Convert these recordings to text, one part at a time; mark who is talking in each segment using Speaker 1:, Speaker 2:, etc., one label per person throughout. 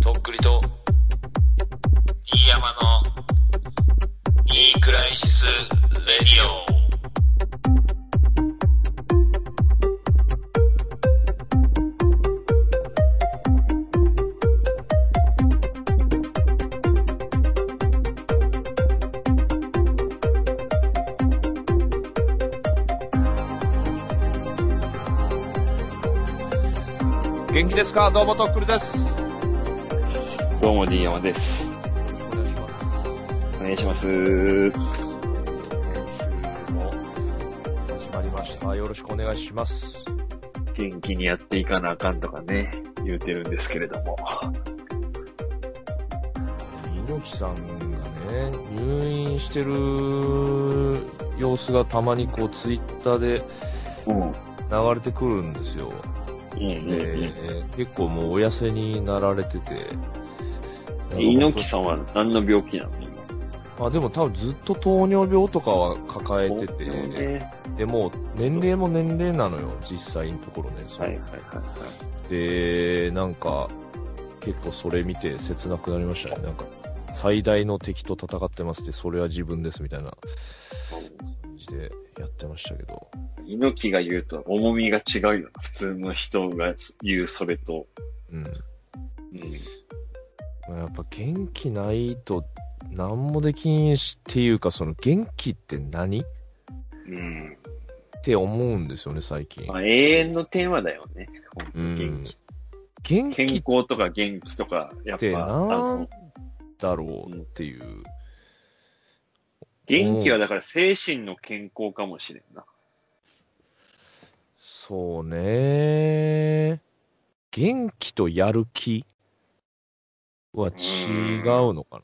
Speaker 1: とっくりと、飯山の、いいクライシス・レディオ。元気ですかどうもとっくりです。
Speaker 2: どうも、D 山です。
Speaker 1: お願いします。
Speaker 2: お願いします。
Speaker 1: 今週も始まりました。よろしくお願いします。
Speaker 2: 元気にやっていかなあかんとかね、言うてるんですけれども。
Speaker 1: 猪木さんがね、入院してる様子がたまにこうツイッターで
Speaker 2: うん。
Speaker 1: 流れてくるんですよ。
Speaker 2: うんうん
Speaker 1: で
Speaker 2: う
Speaker 1: 結構もうお痩せになられてて。
Speaker 2: ん。猪木さんは何の病気なの
Speaker 1: あでも多分ずっと糖尿病とかは抱え
Speaker 2: 今
Speaker 1: てて、でもう年齢も年齢なのよ、実際のところね。そ
Speaker 2: は
Speaker 1: れ
Speaker 2: いはいはいはい。
Speaker 1: で、なんか、結構それ見て切なくなりましたね。なんか、最大の敵と戦ってますって、それは自分ですみたいな感じでやってましたけど。
Speaker 2: 猪木が言うと重みが違うよ。普通の人が言うそれと。
Speaker 1: うん。
Speaker 2: うん。
Speaker 1: まあやっぱ元気ないと何もできんしっていうか、その元気って何っ
Speaker 2: うん。
Speaker 1: て思うんですよね、最近。
Speaker 2: まあ、永遠のテーマだよね。本当
Speaker 1: うん
Speaker 2: 元気。
Speaker 1: 元気
Speaker 2: 健
Speaker 1: っ
Speaker 2: 康とか元気とか、やっぱ、
Speaker 1: て
Speaker 2: あ
Speaker 1: なん
Speaker 2: の、
Speaker 1: だろうっていう。
Speaker 2: 元気はだから精神の健康かもしれんな。
Speaker 1: そうね。元気とやる気は違うのかな。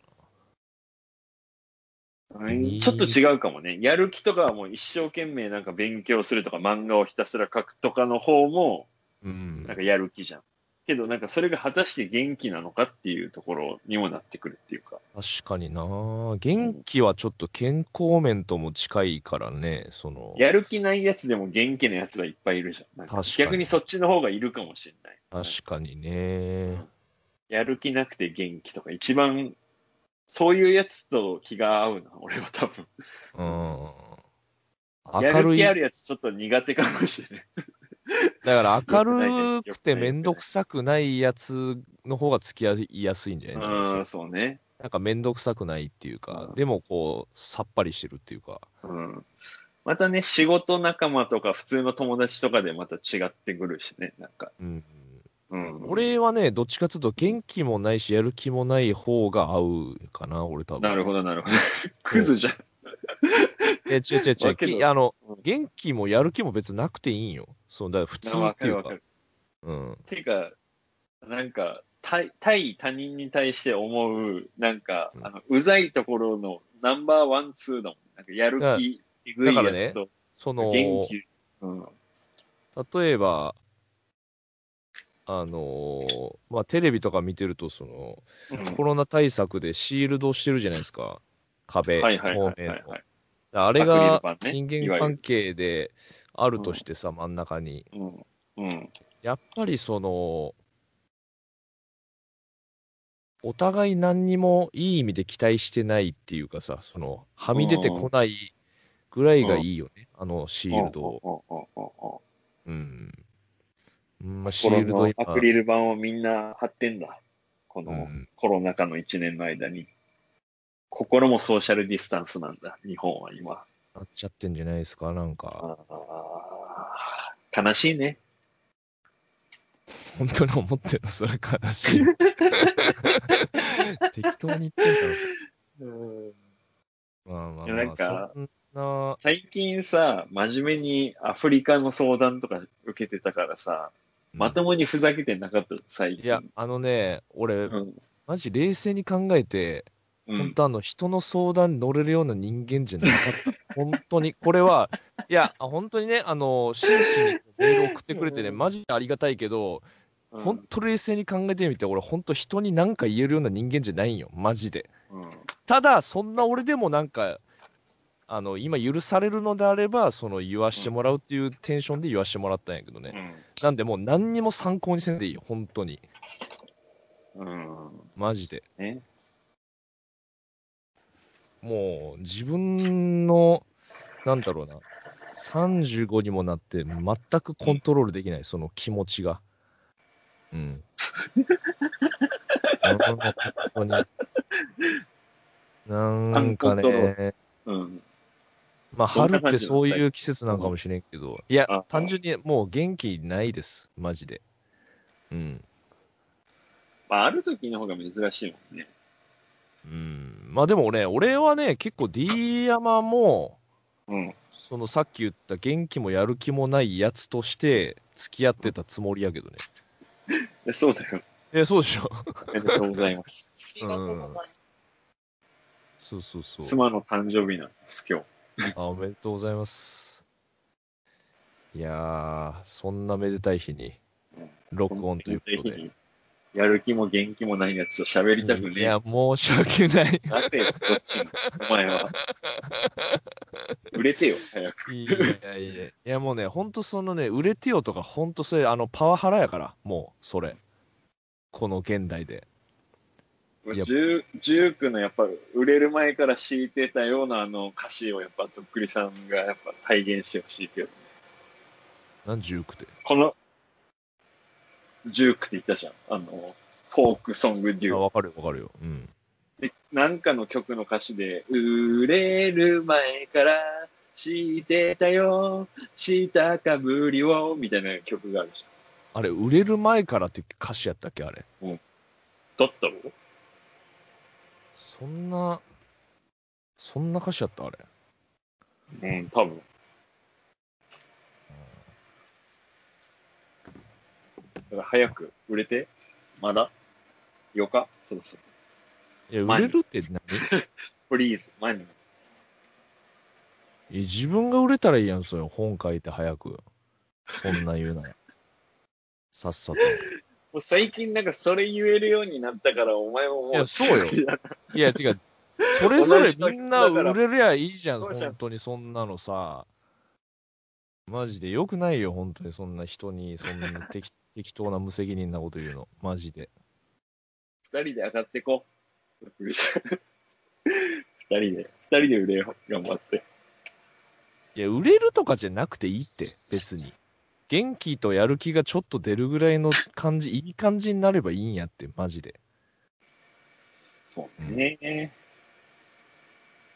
Speaker 2: うんちょっと違うかもね。やる気とかはもう一生懸命なんか勉強するとか漫画をひたすら書くとかの方も
Speaker 1: うん
Speaker 2: なんかやる気じゃん。けどなんかそれが果たして元気なのかっていうところにもなってくるっていうか。
Speaker 1: 確かにな元気はちょっと健康面とも近いからね、その、
Speaker 2: やる気ないやつでも元気なやつがいっぱいいるじゃん。なんか
Speaker 1: 確かに
Speaker 2: 逆にそっちの方がいるかもしれない。
Speaker 1: 確かにね。
Speaker 2: やる気なくて元気とか一番そういうやつと気が合うな、俺は多分。
Speaker 1: うん。
Speaker 2: や
Speaker 1: 明
Speaker 2: る
Speaker 1: るい、
Speaker 2: 気あ
Speaker 1: だ
Speaker 2: るやつちょっと苦手かもしれない。
Speaker 1: から明るくてめんどくさくないやつの方が付き合いやすいんじゃない
Speaker 2: うん、そうね。
Speaker 1: なんかめんどくさくないっていうか
Speaker 2: う、ん
Speaker 1: でもこう、さっぱりしてるっていうか。
Speaker 2: うんまたね、仕事仲間とか普通の友達とかでまた違ってくるしね、なんか。
Speaker 1: うん。
Speaker 2: うん、
Speaker 1: 俺はね、どっちかっていうと元気もないし、やる気もない方が合うかな、俺多分。
Speaker 2: なるほど、なるほど。クズじゃん。
Speaker 1: え、違う違う違う
Speaker 2: わけど
Speaker 1: き。あの
Speaker 2: うん、
Speaker 1: 元気もやる気も別になくていいんよ。そう、だから普通
Speaker 2: なわ
Speaker 1: っ
Speaker 2: か
Speaker 1: てい
Speaker 2: る
Speaker 1: う
Speaker 2: わ
Speaker 1: か
Speaker 2: か。る。
Speaker 1: うん。
Speaker 2: ていうか、なんか、対対他人に対して思う、なんか、
Speaker 1: うん
Speaker 2: あのうざいところのナンバーワン、ツーの、なんかやる
Speaker 1: だ
Speaker 2: 気、えぐい
Speaker 1: だから
Speaker 2: や
Speaker 1: ね
Speaker 2: つと、
Speaker 1: そ
Speaker 2: 元
Speaker 1: の、例
Speaker 2: 気。うん。
Speaker 1: えば、あのーまあ、テレビとか見てると、その、コロナ対策でシールドしてるじゃないですか。
Speaker 2: う
Speaker 1: 壁、
Speaker 2: んはいはいはいは
Speaker 1: 透
Speaker 2: い
Speaker 1: 明
Speaker 2: は
Speaker 1: の
Speaker 2: い。。
Speaker 1: あれ
Speaker 2: ア
Speaker 1: が
Speaker 2: クリル板ね
Speaker 1: 人
Speaker 2: い
Speaker 1: 間
Speaker 2: わゆ
Speaker 1: 関
Speaker 2: る
Speaker 1: 係であるとしてさ、真ん中に。
Speaker 2: うん。うん。
Speaker 1: やっぱりその、お互い何にもいい意味で期待してないっていうかさ、その、はみ出てこないぐらいがいいよね、あのシールドを。
Speaker 2: うんうんうんうんうん
Speaker 1: うん。うんまあ、シ
Speaker 2: コロ
Speaker 1: ールド
Speaker 2: ナ
Speaker 1: 今、
Speaker 2: アクリル板をみんな貼ってんだ。こ
Speaker 1: う
Speaker 2: の
Speaker 1: ん、
Speaker 2: コロナ禍の1年の間に。心もソーシャルディスタンスなんだ、日本は今。
Speaker 1: なっちゃってんじゃないですか、なんか。
Speaker 2: あー悲しいね。
Speaker 1: 本当に思ってる、それ 悲しい。適当に言ってんだろ。まあまあ
Speaker 2: い
Speaker 1: ま
Speaker 2: や
Speaker 1: あ、
Speaker 2: なんか
Speaker 1: そんな、
Speaker 2: 最近さ、真面目にアフリカの相談とか受けてたからさ、まともにふざけてなかった、最近。
Speaker 1: いや、あのね、俺、
Speaker 2: うん。
Speaker 1: マジ冷静に考えて、
Speaker 2: うん
Speaker 1: 本当あの人の相談に乗れるような人間じゃなかった。本当に。 これは、いや、あ本当にね、あの、真摯にメール送ってくれてね、
Speaker 2: うん
Speaker 1: マジでありがたいけど、
Speaker 2: うん
Speaker 1: 本当冷静に考えてみて、俺本当人に何か言えるような人間じゃないんよ、マジで。
Speaker 2: うん
Speaker 1: ただ、そんな俺でもなんか、あの、今許されるのであれば、その言わしてもらうっていうテンションで言わしてもらったんやけどね。
Speaker 2: うん
Speaker 1: なんでもう何にも参考にせんでいいよ、本当に。
Speaker 2: うん。
Speaker 1: マジで。
Speaker 2: ね。
Speaker 1: もう自分の、なんだろうな、35にもなって全くコントロールできない、その気持ちが。 うん。なんか本当に。なんか
Speaker 2: アンコントロー
Speaker 1: ね、
Speaker 2: うん。
Speaker 1: まあ
Speaker 2: どん
Speaker 1: 春
Speaker 2: な感じなんですか
Speaker 1: ってそういう季節なんかもしれんけど、い
Speaker 2: あ
Speaker 1: や、単純にもう元気ないです、マジで。うん。
Speaker 2: まあ、ある時の方が珍しいもんね。
Speaker 1: うん、まあでもね、俺はね、結構 D 山も、
Speaker 2: うん。
Speaker 1: そのさっき言った元気もやる気もないやつとして付き合ってたつもりやけどね。
Speaker 2: えそうだよ。
Speaker 1: え、そうでしょ。
Speaker 2: ありがとうございます。
Speaker 3: りがとうございます。
Speaker 1: そうそうそう。
Speaker 2: 妻の誕生日なんです、今日。
Speaker 1: あ、おめでとうございます。いやー、そんなめでたい日に録音ということで。
Speaker 2: やる気も元気もないやつと喋りたくね
Speaker 1: い
Speaker 2: え
Speaker 1: や、申し訳ない。
Speaker 2: なぜよ、こっちに。お前は。売れてよ、早く。
Speaker 1: いやいやいや、もうね、ほんとそのね、売れてよとか、ほんとそれ、あの、パワハラやから、もう、それ。この現代で。いや
Speaker 2: 10 19のやっぱ売れる前から敷いてたようなあの歌詞をやっぱとっくりさんがやっぱ体現してほしいけど、
Speaker 1: なん19って。
Speaker 2: この19って言ったじゃん。あの、フォークソングデ
Speaker 1: あ、
Speaker 2: ュオ。
Speaker 1: わかるよわかるよ。うん。
Speaker 2: で、なんかの曲の歌詞で、売れる前から敷いてたよ、したかぶりを、みたいな曲があるじ
Speaker 1: あれ、売れる前からって歌詞やったっけあれ。
Speaker 2: ゃん。だったろ
Speaker 1: そんな、そんな歌詞やったあれ。
Speaker 2: うん、多分。だから早く売れて、まだ ?4 日そうそう。
Speaker 1: いや、
Speaker 2: 前
Speaker 1: 売
Speaker 2: に
Speaker 1: れるって何
Speaker 2: プリーズ、前に。
Speaker 1: いや自分が売れたらいいやん、それ。本書いて早く。そんな言うなら。さっさと。い
Speaker 2: もう最近なんかそれ言えるようになったから、お前ももう。
Speaker 1: や、そうよ。いや、違う。それぞれみんな
Speaker 2: 同じだから
Speaker 1: 売れりゃいいじゃん、
Speaker 2: そうじゃん
Speaker 1: 本当にそんなのさ。マジでよくないよ、本当にそんな人に、そんな 適適当な無責任なこと言うの。マジで。
Speaker 2: 二人で上がってこう。二人で、二人で売れよう。頑張って。
Speaker 1: いや、売れるとかじゃなくていいって、別に。元気とやる気がちょっと出るぐらいの感じ、いい感じになればいいんやって、マジで。
Speaker 2: そうね。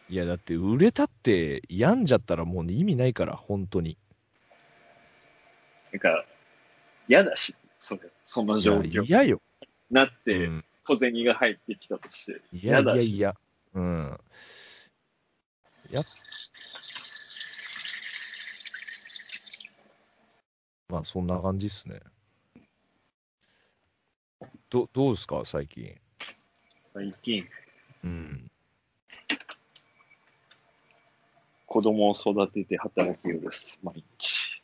Speaker 1: いや、だって売れたって病んじゃったらもう意味ないから、本当に。
Speaker 2: なんか、嫌だし、それ、その状
Speaker 1: いや
Speaker 2: 況。
Speaker 1: 嫌よ。
Speaker 2: なっ
Speaker 1: う
Speaker 2: て、
Speaker 1: ん
Speaker 2: 小銭が入ってきたとして。
Speaker 1: い
Speaker 2: 嫌
Speaker 1: やい
Speaker 2: だ
Speaker 1: や
Speaker 2: し
Speaker 1: いや。うん。やっまあ、そんな感じっすね。ど、どうですか、最近。
Speaker 2: 最近、
Speaker 1: うん。
Speaker 2: 子供を育てて働くようです、毎日。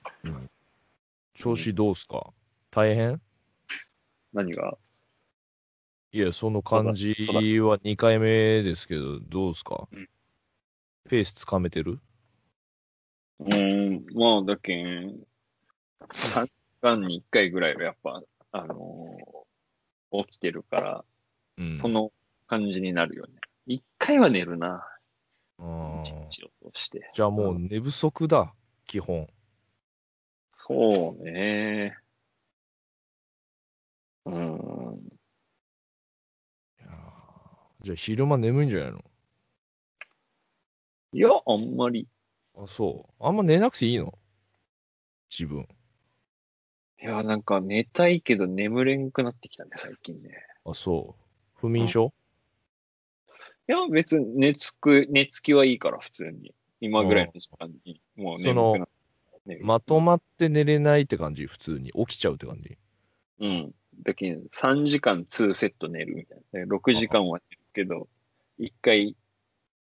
Speaker 1: 調子どうっすか大変
Speaker 2: 何が
Speaker 1: いや、その感じ
Speaker 2: そうだ
Speaker 1: は2回目ですけど、どうですか、
Speaker 2: うん
Speaker 1: ペースつかめてる
Speaker 2: うーん、まあ、だけん、3時間に1回ぐらいはやっぱ、あのー起きてるから、
Speaker 1: うん
Speaker 2: その感じになるよね。1回は寝るな、
Speaker 1: あ
Speaker 2: 一
Speaker 1: ー
Speaker 2: 日を通して。
Speaker 1: じゃあもう寝不足だ、基本。
Speaker 2: そうね。うーん、
Speaker 1: じゃあ昼間眠いんじゃないの
Speaker 2: いや、あんまり。
Speaker 1: あ、そう。あんま寝なくていいの自分。
Speaker 2: いや、なんか寝たいけど眠れんくなってきたね、最近ね。
Speaker 1: あ、そう。不眠症
Speaker 2: いや、別に寝つく、寝つきはいいから、普通に。今ぐらいの時間に、もう眠くなって。
Speaker 1: まとまって寝れないって感じ普通に。起きちゃうって感じ
Speaker 2: うん。だけど、3時間2セット寝るみたいな。だから6時間は寝るけど、1回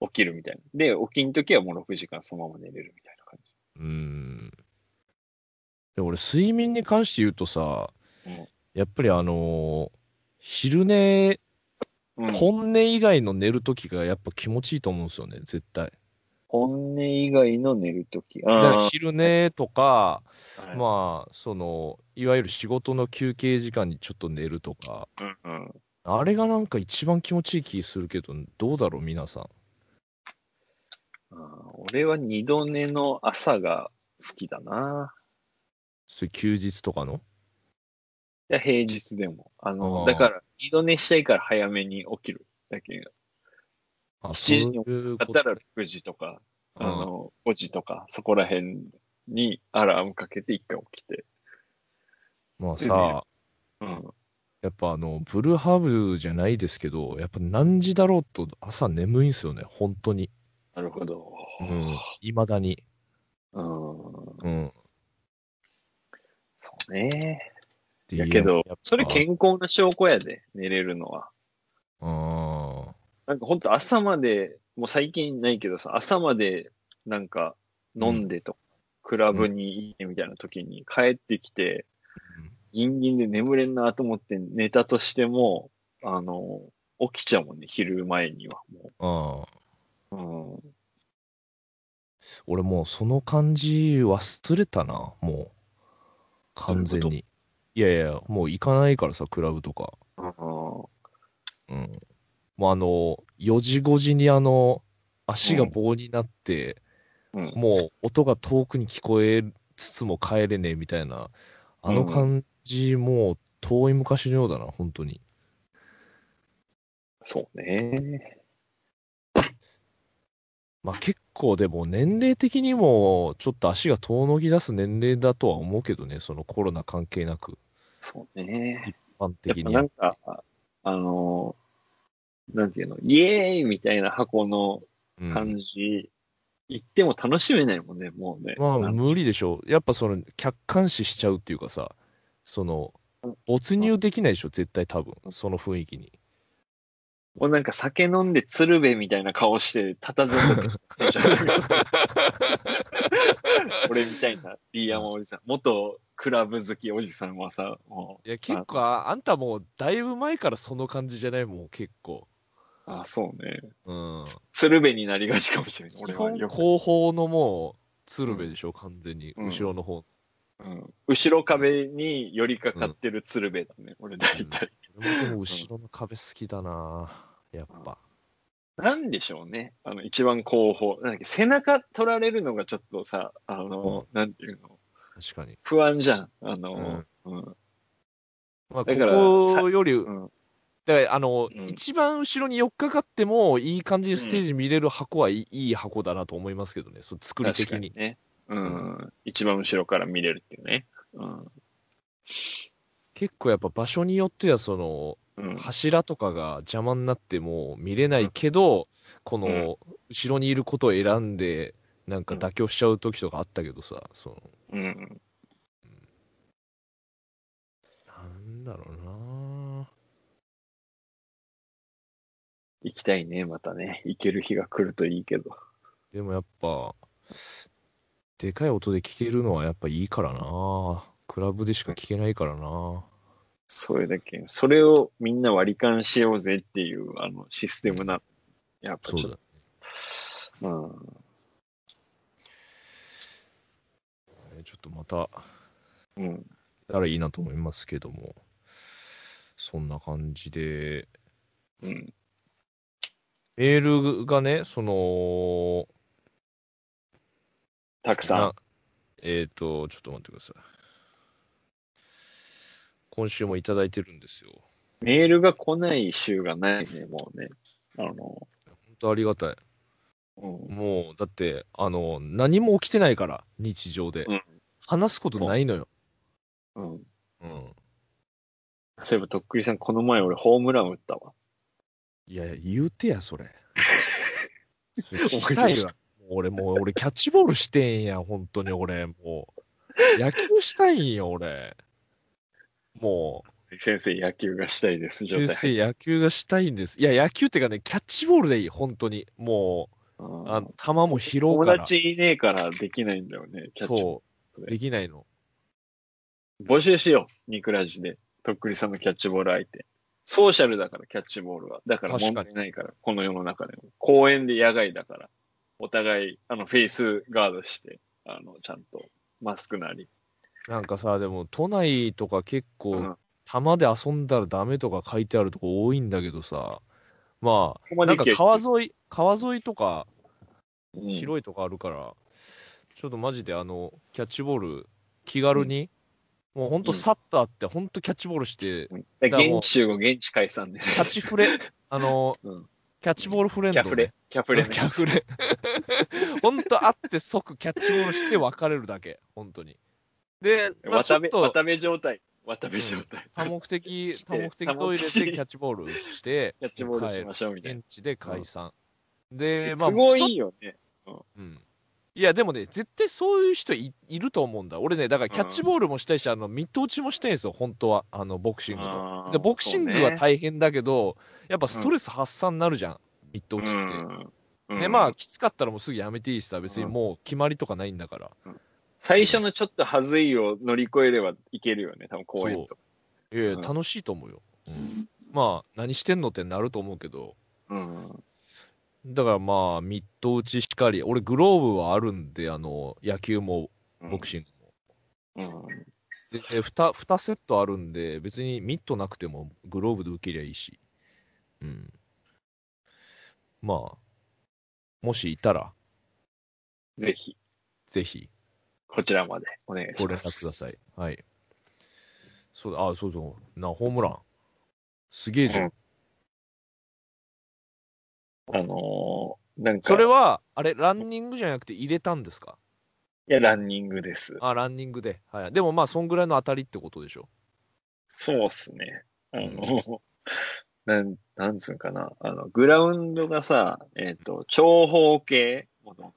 Speaker 2: 起きるみたいな。で、起きんときはもう6時間そのまま寝れるみたいな感じ。
Speaker 1: うーん。で、俺、睡眠に関して言うとさ、
Speaker 2: うん
Speaker 1: やっぱりあのー昼寝、
Speaker 2: うん、
Speaker 1: 本音以外の寝るときがやっぱ気持ちいいと思うんですよね、絶対。
Speaker 2: 本音以外の寝るとき。
Speaker 1: だから
Speaker 2: あ
Speaker 1: 昼寝とか、
Speaker 2: あ、はい
Speaker 1: まあ、その、いわゆる仕事の休憩時間にちょっと寝るとか、
Speaker 2: うんうん。
Speaker 1: あれがなんか一番気持ちいい気するけど、どうだろう、皆さん。
Speaker 2: あー俺は二度寝の朝が好きだな。
Speaker 1: それ休日とかの
Speaker 2: いや、平日でも。あの、
Speaker 1: あー
Speaker 2: だから、二度寝したいから早めに起きるだけ。
Speaker 1: あ、
Speaker 2: 7時に
Speaker 1: う
Speaker 2: だ
Speaker 1: こ
Speaker 2: っ
Speaker 1: と
Speaker 2: たら6時とか、あの、5時とか、そこら辺にアラームかけて一回起きて。
Speaker 1: うんまあさ、
Speaker 2: うん。
Speaker 1: やっぱあの、ブルーハーブじゃないですけど、やっぱ何時だろうと朝眠いんすよね、本当に。
Speaker 2: なるほど。
Speaker 1: うん。未だに。
Speaker 2: うん。
Speaker 1: うん。っ
Speaker 2: そうね。
Speaker 1: ていう
Speaker 2: やけど
Speaker 1: やっぱ、
Speaker 2: それ健康な証拠やで、寝れるのは。
Speaker 1: うん。
Speaker 2: なんかほんと朝まで、もう最近ないけどさ、朝までなんか飲んでとか、クラブに行ってみたいな時に帰ってきて、ギンギンで眠れんなと思って寝たとしても、あの、起きちゃうもんね、昼前には。
Speaker 1: うん。
Speaker 2: もう
Speaker 1: 俺もうその感じ忘れたな、もう。完全
Speaker 2: どう
Speaker 1: に。いやいや、もう行かないからさ、クラブとか。
Speaker 2: うん。うん
Speaker 1: うん。もうあの、4時5時にあの、足が棒になって、
Speaker 2: うん
Speaker 1: もう音が遠くに聞こえつつも帰れねえみたいな、あの感じ、もう遠い昔のようだな、本当に。
Speaker 2: そうね。
Speaker 1: まあ結構でも年齢的にもちょっと足が遠のき出す年齢だとは思うけどね、そのコロナ関係なく、
Speaker 2: そうね。
Speaker 1: 一般
Speaker 2: やっ
Speaker 1: 的
Speaker 2: ぱ
Speaker 1: に。
Speaker 2: なんか、あの、なんていうの、イエーイみたいな箱の
Speaker 1: うん
Speaker 2: 感じ、行っても楽しめないもんね、もうね。
Speaker 1: まあ
Speaker 2: なんか
Speaker 1: 無理でしょう。やっぱその客観視しちゃうっていうかさ、その、没入できないでしょ、絶対多分、その雰囲気に。
Speaker 2: もうなんか酒飲んで鶴瓶みたいな顔して、佇んでる人いるじゃん 俺みたいな、ビーヤマおじさん、元クラブ好きおじさんはさ、も
Speaker 1: いや、結構、ああんたもうだいぶ前からその感じじゃないもう結構。
Speaker 2: う、あ、そうね。
Speaker 1: うん。
Speaker 2: 鶴瓶になりがちかもしれない。俺はよく、
Speaker 1: 後方のもう、鶴瓶でしょ、完全に。
Speaker 2: うん
Speaker 1: 後ろの方。
Speaker 2: うん後ろ壁に寄りかかってる鶴瓶だね、俺大体。
Speaker 1: 俺もでも後ろの壁好きだなやっぱ。
Speaker 2: なんでしょうね。あの、一番後方。なんだっけ、背中取られるのがちょっとさ、あの、なんていうの、
Speaker 1: 確かに。
Speaker 2: 不安じゃん。あの、うん
Speaker 1: まあ、こ
Speaker 2: だから
Speaker 1: こより、
Speaker 2: うん
Speaker 1: だからあの、
Speaker 2: うん
Speaker 1: 一番後ろに寄っかかってもいい感じでステージ見れる箱はいい,、いい箱だなと思いますけどね、そう作り
Speaker 2: 確
Speaker 1: 的
Speaker 2: か
Speaker 1: に。
Speaker 2: ね。うん。一番後ろから見れるっていうね。うん。
Speaker 1: 結構やっぱ場所によってはその
Speaker 2: うん。
Speaker 1: 柱とかが邪魔になっても見れないけど、この後ろにいることを選んでなんか妥協しちゃう時とかあったけどさ、その
Speaker 2: うん。
Speaker 1: なんだろうな
Speaker 2: 行きたいね、またね。行ける日が来るといいけど。
Speaker 1: でもやっぱでかい音で聞けるのはやっぱいいからなクラブでしか聞けないからな
Speaker 2: それだけ。それをみんな割り勘しようぜっていう、あの、システムな。やっぱ
Speaker 1: そう
Speaker 2: ち
Speaker 1: だ
Speaker 2: ょっと。うん。
Speaker 1: ねちょっとまた
Speaker 2: うん。
Speaker 1: ならいいなと思いますけども、そんな感じで、
Speaker 2: うん。
Speaker 1: メールがね、その、
Speaker 2: たくさ
Speaker 1: なえっ、と、ちょっと待ってください。今週もいただいてるんですよ。
Speaker 2: ん。メールが来ない週がないね、もうね。あの、
Speaker 1: 本当ありがたい。
Speaker 2: うん。
Speaker 1: もう、だって、あの、何も起きてないから、日常で。
Speaker 2: うん
Speaker 1: 話すことないのよ。
Speaker 2: うん。
Speaker 1: うん。
Speaker 2: そういえば、とっくりさん、この前俺ホームラン打ったわ。
Speaker 1: いやいや、言うてや、 それ。それ聞きたいわ。もう俺、もう、俺、キャッチボールしてんや、本当に、俺、もう。野球したいんよ、俺。も
Speaker 2: 先生、野球がしたいです、
Speaker 1: う、
Speaker 2: 状
Speaker 1: 中
Speaker 2: 態。
Speaker 1: 世野球がしたいんです。いや、野球ってかね、キャッチボールでいい、本当に。も
Speaker 2: うん
Speaker 1: う、あの球も拾う
Speaker 2: 友
Speaker 1: から。
Speaker 2: 達いねえからできないんだよね、キャッチボ
Speaker 1: そ、
Speaker 2: そうれ
Speaker 1: できないの。
Speaker 2: ール。募集しよう、ニクラジで。とっくりさんのキャッチボール相手。ソーシャルだから、キャッチボールは。だから
Speaker 1: 確
Speaker 2: 問
Speaker 1: かに
Speaker 2: 題ないから、この世の中でも。公園で野外だから、お互い、あの、フェイスガードして、あの、ちゃんと、マスクなり。
Speaker 1: なんかさ、でも、都内とか結
Speaker 2: う
Speaker 1: 構、
Speaker 2: ん
Speaker 1: 玉で遊んだらダメとか書いてあるとこ多いんだけどさ、ま
Speaker 2: ここ
Speaker 1: あ、
Speaker 2: ま
Speaker 1: な
Speaker 2: で
Speaker 1: んか
Speaker 2: 行け
Speaker 1: 川沿い、川沿いとか
Speaker 2: うん
Speaker 1: 広いとかあるから、ちょっとマジであの、キャッチボール気軽に、もうほんとさっとあって、ほんとキャッチボールして、
Speaker 2: だから現地集合、現地解散で。
Speaker 1: キャッチフレ、あの、
Speaker 2: うん
Speaker 1: キャッチボールフレン
Speaker 2: キ
Speaker 1: ド、
Speaker 2: ャフレ、キャフレね、
Speaker 1: キャフ レ。ほんと会って即キャッチボールして別れるだけ、本当に。で、まあ、ち
Speaker 2: 渡
Speaker 1: ょっ
Speaker 2: 辺、
Speaker 1: と
Speaker 2: 渡辺状態。渡辺状態。
Speaker 1: 多目的、多目的
Speaker 2: 多
Speaker 1: トイ
Speaker 2: 目
Speaker 1: レで
Speaker 2: 的
Speaker 1: キャッチボールして、
Speaker 2: キャッチボールしましょうみたい
Speaker 1: 現地で解散。で、
Speaker 2: な。
Speaker 1: まあ、
Speaker 2: すごい
Speaker 1: ちょ
Speaker 2: よね。
Speaker 1: うん。いや、でもね、絶対そういう人いいると思うんだ。俺ね、だからキャッチボールもしたいし、あの、ミット打ちもしたいんですよ、本当は。あの、ボクシングの。
Speaker 2: あー
Speaker 1: でボクシングは大変だけど、やっぱストレス発散になるじゃん、ミット打ちって。
Speaker 2: うん
Speaker 1: ね、
Speaker 2: うん
Speaker 1: まあ、きつかったらもうすぐやめていいしさ、別にもう決まりとかないんだから。
Speaker 2: 最初のちょっとはずいを乗り越えればいけるよね、多分公演とか。
Speaker 1: いやいや
Speaker 2: うん
Speaker 1: 楽しいと思うよ。うんまあ、何してんのってなると思うけど、
Speaker 2: うん。
Speaker 1: だからまあ、ミット打ちしかり、俺、グローブはあるんで、あの、野球もボクシング
Speaker 2: う
Speaker 1: も。
Speaker 2: ん。
Speaker 1: で、2, 2セットあるんで、別にミットなくてもグローブで受けりゃいいし。うん。まあ、もしいたら、
Speaker 2: ぜひ、
Speaker 1: ぜひ。
Speaker 2: こちらまでお願いします。
Speaker 1: ご連絡ください。はい。そうだ、あ、そうそう。な、ホームラン。すげえじゃん。
Speaker 2: うんあのーなんか、
Speaker 1: それは、あれ、ランニングじゃなくて入れたんですか
Speaker 2: いや、ランニングです。
Speaker 1: あ、ランニングで。はい。でもまあ、そんぐらいの当たりってことでしょ。
Speaker 2: そうっすね。あの、なん、なんつうんかな。あの、グラウンドがさ、えっ、と、長方形、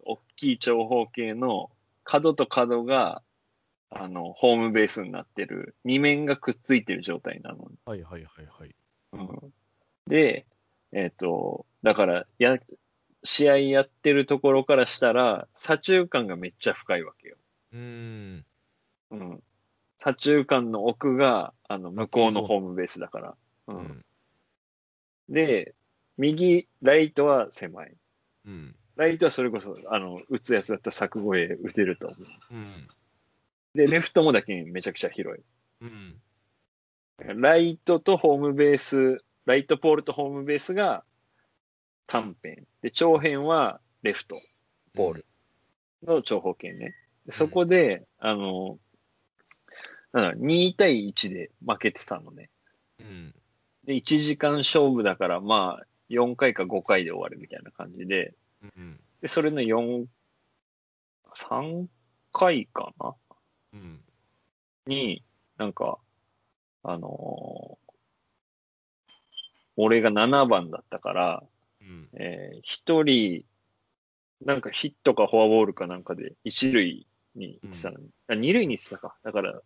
Speaker 2: 大きい長方形の角と角が、あの、ホームベースになってる、二面がくっついてる状態なの。
Speaker 1: はいはいはいはい。
Speaker 2: うん、で、えっ、と、だから、や、試合やってるところからしたら、左中間がめっちゃ深いわけよ。
Speaker 1: うーん。
Speaker 2: うん。左中間の奥が、あの、向こうのホームベースだから。う。
Speaker 1: うんん。
Speaker 2: で、右、ライトは狭い。
Speaker 1: うん。
Speaker 2: ライトはそれこそ、あの、打つやつだったら柵越え打てると思
Speaker 1: うん。
Speaker 2: う。で、レフトもだけにめちゃくちゃ広い。
Speaker 1: うん。
Speaker 2: ライトとホームベース、ライトポールとホームベースが短辺。で、長辺はレフトボールの長方形ね。でそこで、あの、なんだろう2対1で負けてたのね。
Speaker 1: うん。
Speaker 2: で、1時間勝負だから、まあ、4回か5回で終わるみたいな感じで、
Speaker 1: うん。
Speaker 2: で、それの4、3回かな
Speaker 1: うん。
Speaker 2: に、なんか、あのー俺が7番だったから、
Speaker 1: うん。
Speaker 2: えー、1人、なんかヒットかフォアボールかなんかで1塁に行ってたのに、あ2塁に行ってたか。だから、
Speaker 1: うん。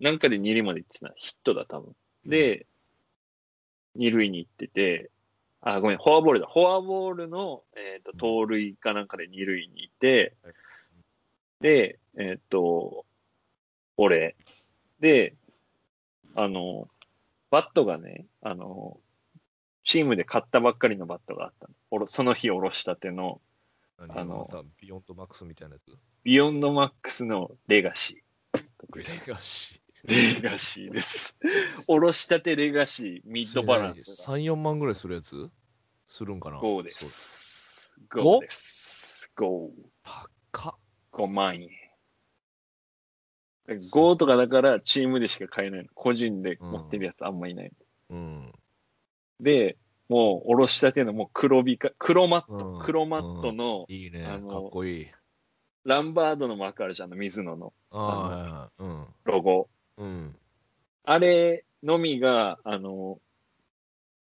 Speaker 2: なんかで2塁まで行ってた。ヒットだ、多分。で、二塁に行ってて、あ、ごめん、フォアボールだ。フォアボールの、えっ、と、盗塁かなんかで二塁にいて
Speaker 1: はい、
Speaker 2: で、えっ、と、俺、で、あの、バットがね、あの、チームで買ったばっかりのバットがあったのおろ。その日おろしたての、
Speaker 1: 何
Speaker 2: あの
Speaker 1: またビヨンドマックスみたいなやつ。
Speaker 2: ビヨンドマックスのレガシー。得意です
Speaker 1: レガシ
Speaker 2: レガシー です。おろしたてレガシー、ミッドバランスが
Speaker 1: 3、4万ぐらいするやつするんかな
Speaker 2: 5で
Speaker 1: そう。
Speaker 2: す。
Speaker 1: 五
Speaker 2: 5です。5。
Speaker 1: 高っ。
Speaker 2: 5万円。5とかだからチームでしか買えないの。個人で持ってるやつあんまいない。
Speaker 1: うん。
Speaker 2: で、もうおろしたてのもう黒ビカ、黒マッ
Speaker 1: う
Speaker 2: ト、
Speaker 1: ん
Speaker 2: 黒マットの
Speaker 1: いいね。か
Speaker 2: あ
Speaker 1: っ
Speaker 2: の
Speaker 1: こいい。
Speaker 2: ランバードのマークあるじゃん、水野の
Speaker 1: ああ、うん。
Speaker 2: ロゴ。
Speaker 1: うん。
Speaker 2: あれのみが、あの、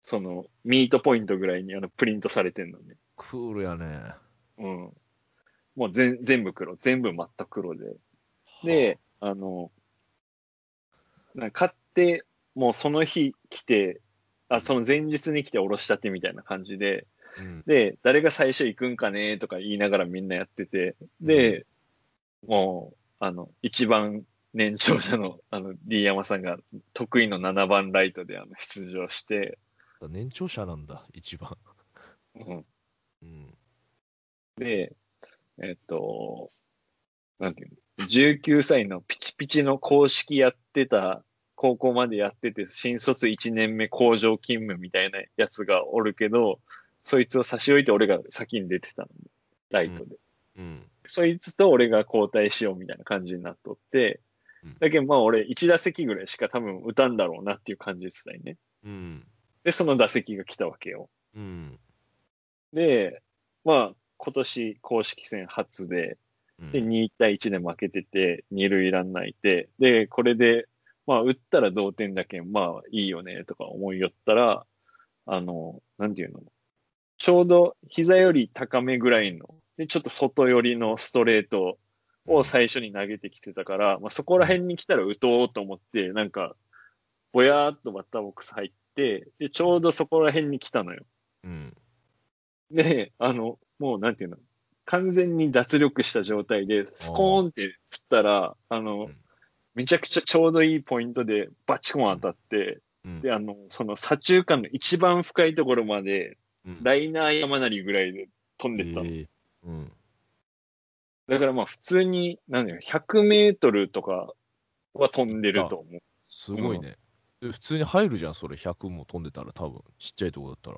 Speaker 2: その、ミートポイントぐらいにあのプリントされてんのね。
Speaker 1: クールやね。
Speaker 2: うん。もう全全部黒。全部全く黒で。で、あの、なんか買って、もうその日来て、あ、その前日に来ておろしたてみたいな感じで、
Speaker 1: はあ、うん、
Speaker 2: で、誰が最初行くんかねとか言いながらみんなやってて、で、もう、あの、一番年長者の、あの、D 山さんが得意の7番ライトであの出場して、
Speaker 1: 年長者なんだ、一番。
Speaker 2: うん、
Speaker 1: うん。
Speaker 2: で、えっと、なんていうの、19歳のピチピチの公式やってた高校までやってて、新卒1年目工場勤務みたいなやつがおるけど、そいつを差し置いて俺が先に出てたの。ライトで。
Speaker 1: うん。
Speaker 2: そいつと俺が交代しようみたいな感じになっとって
Speaker 1: うん、
Speaker 2: だけどまあ俺1打席ぐらいしか多分打たんだろうなっていう感じでしたよね。
Speaker 1: うん。
Speaker 2: で、その打席が来たわけよ。
Speaker 1: うん。
Speaker 2: で、まあ今年公式戦初で、
Speaker 1: うん
Speaker 2: で、2対1で負けてて、2塁ランナーいて、で、これで、まあ、打ったら同点だけん、まあ、いいよね、とか思いよったら、あの、なんていうのちょうど膝より高めぐらいの、で、ちょっと外寄りのストレートを最初に投げてきてたから、まあ、そこら辺に来たら打とうと思って、なんか、ぼやーっとバッターボックス入って、で、ちょうどそこら辺に来たのよ。
Speaker 1: うん。
Speaker 2: で、あの、もうなんていうの、完全に脱力した状態で、スコーンって振ったら、あの、
Speaker 1: うん
Speaker 2: めちゃくちゃちょうどいいポイントでバチコン当たって、
Speaker 1: うん。
Speaker 2: で、あの、その左中間の一番深いところまで、
Speaker 1: うん、
Speaker 2: ライナー山なりぐらいで飛んでったの。
Speaker 1: えーうん。
Speaker 2: だからまあ普通に、なんだよ、100メートルとかは飛んでると思う。
Speaker 1: すごいね。で普通に入るじゃん、それ。100も飛んでたら、多分ちっちゃいとこだったら。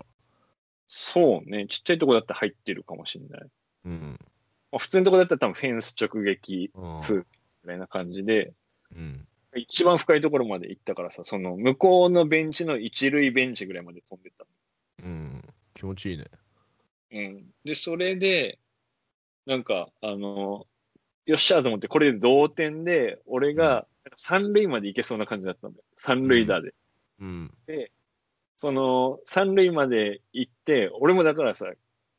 Speaker 2: そうね、ちっちゃいとこだったら入ってるかもしれない。
Speaker 1: うん。
Speaker 2: まあ普通のとこだったら多分フェンス直撃
Speaker 1: うん。
Speaker 2: ツーベースぐらいな感じで、
Speaker 1: うん。
Speaker 2: 一番深いところまで行ったからさ、その向こうのベンチの一塁ベンチぐらいまで飛んでった。
Speaker 1: うん。気持ちいいね。
Speaker 2: うん。で、それで、なんか、あの、よっしゃーと思って、これで同点で、俺が三塁まで行けそうな感じだったんだよ。三塁打で。
Speaker 1: うん。
Speaker 2: その、三塁まで行って、俺もだからさ、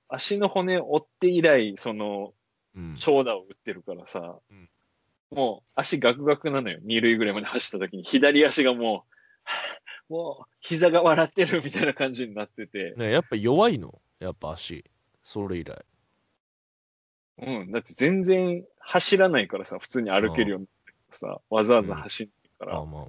Speaker 2: 足の骨折って以来、その、
Speaker 1: うん。
Speaker 2: 長打を打ってるからさ、
Speaker 1: うん
Speaker 2: もう足ガクガクなのよ。二塁ぐらいまで走った時に、左足がもう、もう、膝が笑ってるみたいな感じになってて、
Speaker 1: ね、やっぱ弱いの。やっぱ足。それ以来。
Speaker 2: うん、だって全然走らないからさ、普通に歩けるようになってるからさ、わざわざ走ってるから、
Speaker 1: あまあ、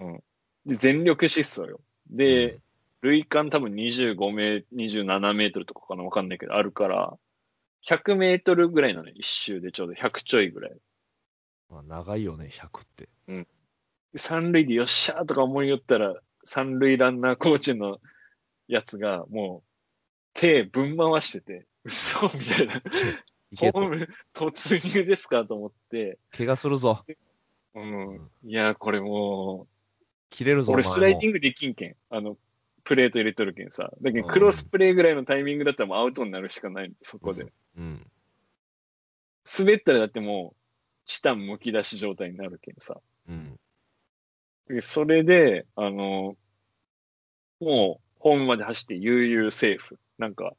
Speaker 1: うん。
Speaker 2: で、全力疾走よ。
Speaker 1: う
Speaker 2: で
Speaker 1: ん、、
Speaker 2: 塁間多分25メ27メートルとかかなわかんないけど、あるから、100メートルぐらいなのよ一周でちょうど100ちょいぐらい。
Speaker 1: まあ、長いよね、100って。
Speaker 2: 三塁でよっしゃーとか思いよったら、三塁ランナーコーチのやつが、もう、手ぶん回してて、嘘みたいな。
Speaker 1: い
Speaker 2: ホ
Speaker 1: け
Speaker 2: ー
Speaker 1: と、
Speaker 2: ム突入ですかと思って、
Speaker 1: 怪我するぞ。
Speaker 2: うん。いや、これも
Speaker 1: 切れる
Speaker 2: う、
Speaker 1: ぞ、
Speaker 2: 俺スライディ
Speaker 1: ン
Speaker 2: ングできんけん。あの、プレート入れとるけんさ。だけど、クロスプレーぐらいのタイミングだったらもうアウトになるしかないのそこで。
Speaker 1: グ。うん。
Speaker 2: 滑ったらだってもう、チタン剥き出し状態になるけんさ。
Speaker 1: うん。
Speaker 2: でそれで、あの、もう、ホームまで走って悠々セーフ。なんか、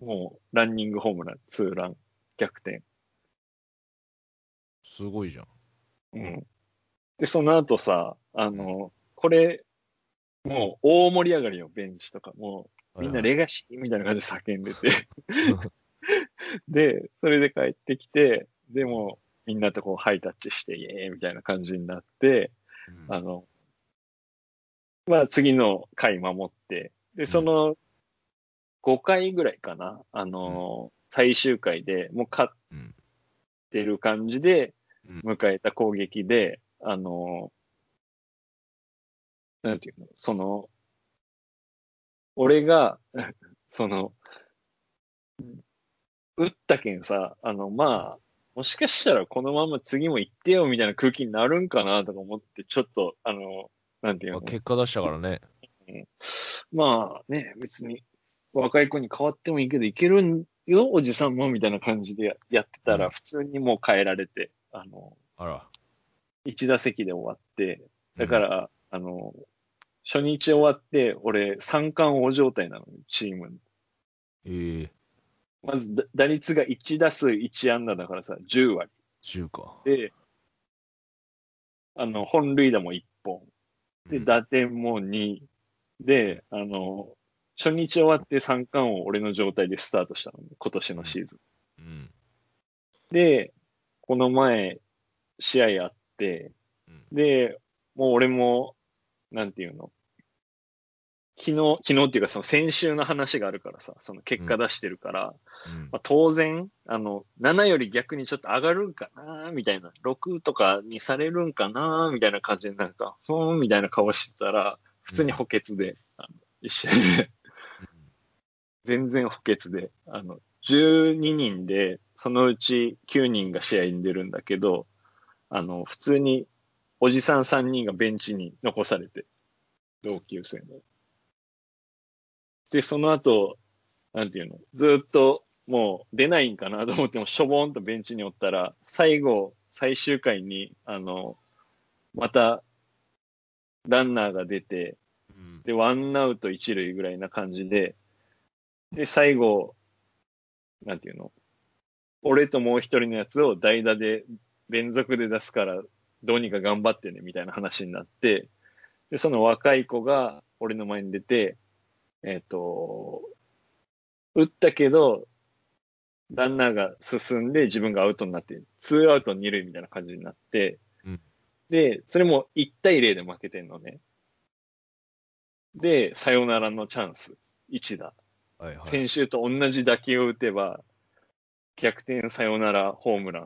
Speaker 2: もう、ランニングホームラン、ツーラン、逆転。
Speaker 1: すごいじゃん。
Speaker 2: うん。で、その後さ、あの、これ、もう、大盛り上がりよ、ベンチとか。もう、みんなレガシーみたいな感じで叫んで て。で、それで帰ってきて、でも、みんなとこう、ハイタッチして、イエーイみたいな感じになって、
Speaker 1: うん
Speaker 2: あの、まあ、次の回守って、で、その、5回ぐらいかな、あの、最終回でもう勝ってる感じで
Speaker 1: うん、
Speaker 2: 迎えた攻撃で、あの、なんていうの、その、俺が、 その、打ったけんさ、あの、まあ、もしかしたらこのまま次も行ってよみたいな空気になるんかなとか思って、ちょっと、あの、なんていう
Speaker 1: まあ
Speaker 2: の、
Speaker 1: 結果出したからね。
Speaker 2: まあね、別に若い子に変わってもいいけど、いけるんよ、おじさんも、みたいな感じでややってた
Speaker 1: うん
Speaker 2: ら、普通にもう変えられて、あの、
Speaker 1: あら。
Speaker 2: 1打席で終わって、だか、ら、あの、初日終わって、俺、三冠王状態なのよ、チームの。
Speaker 1: うん、ええ
Speaker 2: まず、だ打率が1打数1安打だからさ、10割。
Speaker 1: 10か。
Speaker 2: で、あの、本塁打も1本。で、
Speaker 1: うん
Speaker 2: 打点も2。で、あの、初日終わって三冠王俺の状態でスタートしたのね、今年のシーズ
Speaker 1: うん。
Speaker 2: ン。で、この前、試合あって、
Speaker 1: うん
Speaker 2: で、もう俺も、なんていうの、昨日、昨日っていうかその先週の話があるからさ、その結果出してるから、
Speaker 1: うん
Speaker 2: まあ、当然、あの、7より逆にちょっと上がるんかなみたいな、6とかにされるんかなみたいな感じで、なんか、そうみたいな顔してたら、普通に補欠で、あの一試合で、全然補欠で、あの、12人で、そのうち9人が試合に出るんだけど、あの、普通に、おじさん3人がベンチに残されて、同級生の。で、その後、なんていうの、ずーっともう出ないんかなと思っても、しょぼんとベンチにおったら、最後、最終回に、あの、また、ランナーが出て、
Speaker 1: うん
Speaker 2: で、ワンアウト一塁ぐらいな感じで、で、最後、なんていうの俺ともう一人のやつを代打で、連続で出すから、どうにか頑張ってね、みたいな話になって、で、その若い子が俺の前に出て、えっ、と、打ったけど、ランナーが進んで自分がアウトになって、ツーアウト二塁みたいな感じになって、
Speaker 1: うん
Speaker 2: で、それも1対0で負けてんのね。で、サヨナラのチャンス、一打。
Speaker 1: はいはい。
Speaker 2: 先週と同じ打球を打てば、逆転サヨナラホームラ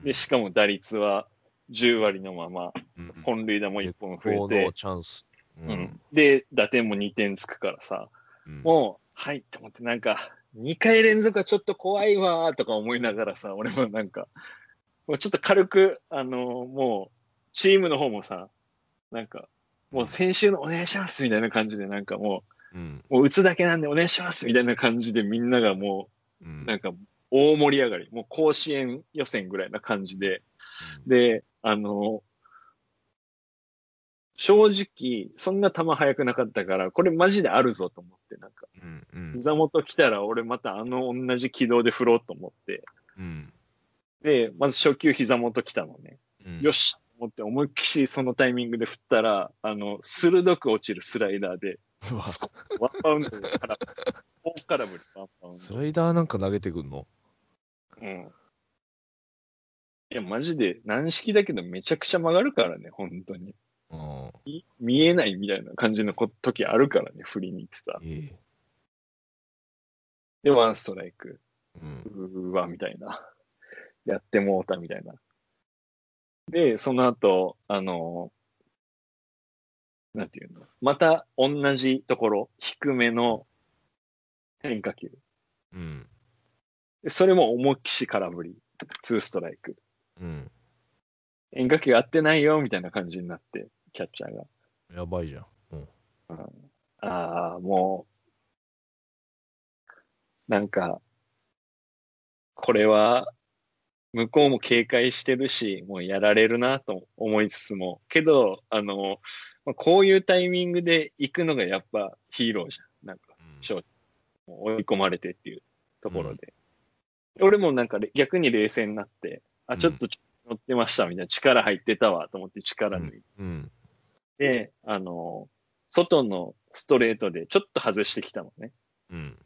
Speaker 2: ン。で、しかも打率は10割のまま、
Speaker 1: うんうん
Speaker 2: 本塁打も1本
Speaker 1: 絶
Speaker 2: 増
Speaker 1: 好
Speaker 2: えて
Speaker 1: の、チャンス。う
Speaker 2: うん。で、打点も2点つくからさ、もう、はいと思って、なんか、2回連続はちょっと怖いわーとか思いながらさ、俺もなんか、もうちょっと軽く、あのーもう、チームの方もさ、なんか、もう先週のお願いしますみたいな感じで、なんかも
Speaker 1: うん。
Speaker 2: う、もう打つだけなんでお願いしますみたいな感じで、みんながも
Speaker 1: う
Speaker 2: う、
Speaker 1: ん。
Speaker 2: なんか、大盛り上がり、もう甲子園予選ぐらいな感じで、で、あの、正直、そんな球速くなかったから、これマジであるぞと思って、なんか、
Speaker 1: うん。うん。
Speaker 2: 膝元来たら俺またあの同じ軌道で振ろうと思って、
Speaker 1: うん。
Speaker 2: で、まず初球膝元来たのね。
Speaker 1: うん
Speaker 2: よしと思って思いっきりそのタイミングで振ったら、あの、鋭く落ちるスライダーで、
Speaker 1: うわ
Speaker 2: スコッワンバウンドで 空振り、大空振り、ワンバウン
Speaker 1: ス
Speaker 2: ド。
Speaker 1: ライダーなんか投げてくんの
Speaker 2: うん。いや、マジで軟式だけどめちゃくちゃ曲がるからね、本当に。
Speaker 1: うん。
Speaker 2: い見えないみたいな感じのこ時あるからね、振りに行ってた。
Speaker 1: ええ。
Speaker 2: で、ワンストライク、
Speaker 1: うん。
Speaker 2: うーわ、みたいな。やってもうた、みたいな。で、その後、あのーなんていうのまた同じところ、低めの変化球。
Speaker 1: うん。
Speaker 2: でそれも思いっきし空振り、ツーストライク。
Speaker 1: うん。
Speaker 2: 変化球合ってないよ、みたいな感じになって、キャッチャーが。
Speaker 1: やばいじゃん。うん。
Speaker 2: ああ、もう、なんか、これは、向こうも警戒してるし、もうやられるなと思いつつも、けど、あの、まあこういうタイミングで行くのがやっぱヒーローじゃん。なんか、
Speaker 1: うん
Speaker 2: 正直もう追い込まれてっていうところで。俺もなんかれ逆に冷静になって、あ、ちょっと乗ってましたみたいな、力入ってたわと思って力抜いて
Speaker 1: うん。
Speaker 2: で、あの、外のストレートでちょっと外してきたのね。
Speaker 1: うん。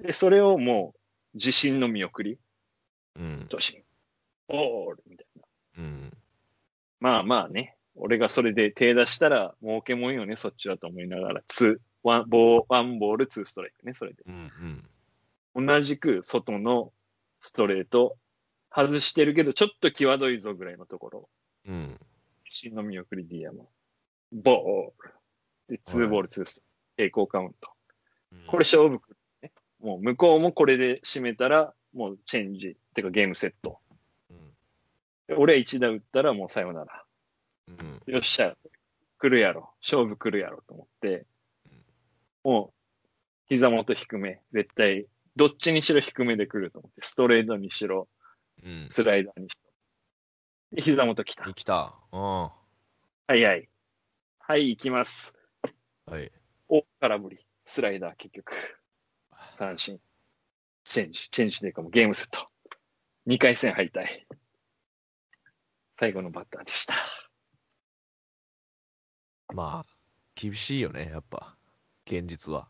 Speaker 2: で、それをもう、自信の見送り、
Speaker 1: うん。
Speaker 2: ドシン、オールみたいな。
Speaker 1: うん。
Speaker 2: まあまあね、俺がそれで手出したら儲けもんよね、そっちはと思いながら、ツー、ワンボーワンボール、ツーストライクね、それで。
Speaker 1: うん。
Speaker 2: 同じく外のストレート、外してるけど、ちょっと際どいぞぐらいのところ、
Speaker 1: うん。
Speaker 2: 自信の見送り、ディアマ、ボール。で、ツーボール、ツーストライク、平行カウント。これ、勝負、ね。もう向こうもこれで締めたら、もうチェンジ。てかゲームセット。
Speaker 1: うん。
Speaker 2: で俺は1打打ったらもうさよなら。
Speaker 1: うん。
Speaker 2: よっしゃ。来るやろ。勝負来るやろと思って
Speaker 1: うん。
Speaker 2: もう、膝元低め。絶対、どっちにしろ低めで来ると思って。ストレートにしろ、
Speaker 1: うん。
Speaker 2: スライダーにしろ。で膝元来た。
Speaker 1: 来た。うん。は
Speaker 2: はいはい。はい、行きます。
Speaker 1: い。
Speaker 2: お、空振り。スライダー結局。三振。チェンジ、チェンジというかもうゲームセット。2回戦敗退。最後のバッターでした。
Speaker 1: まあ、厳しいよね、やっぱ。現実は。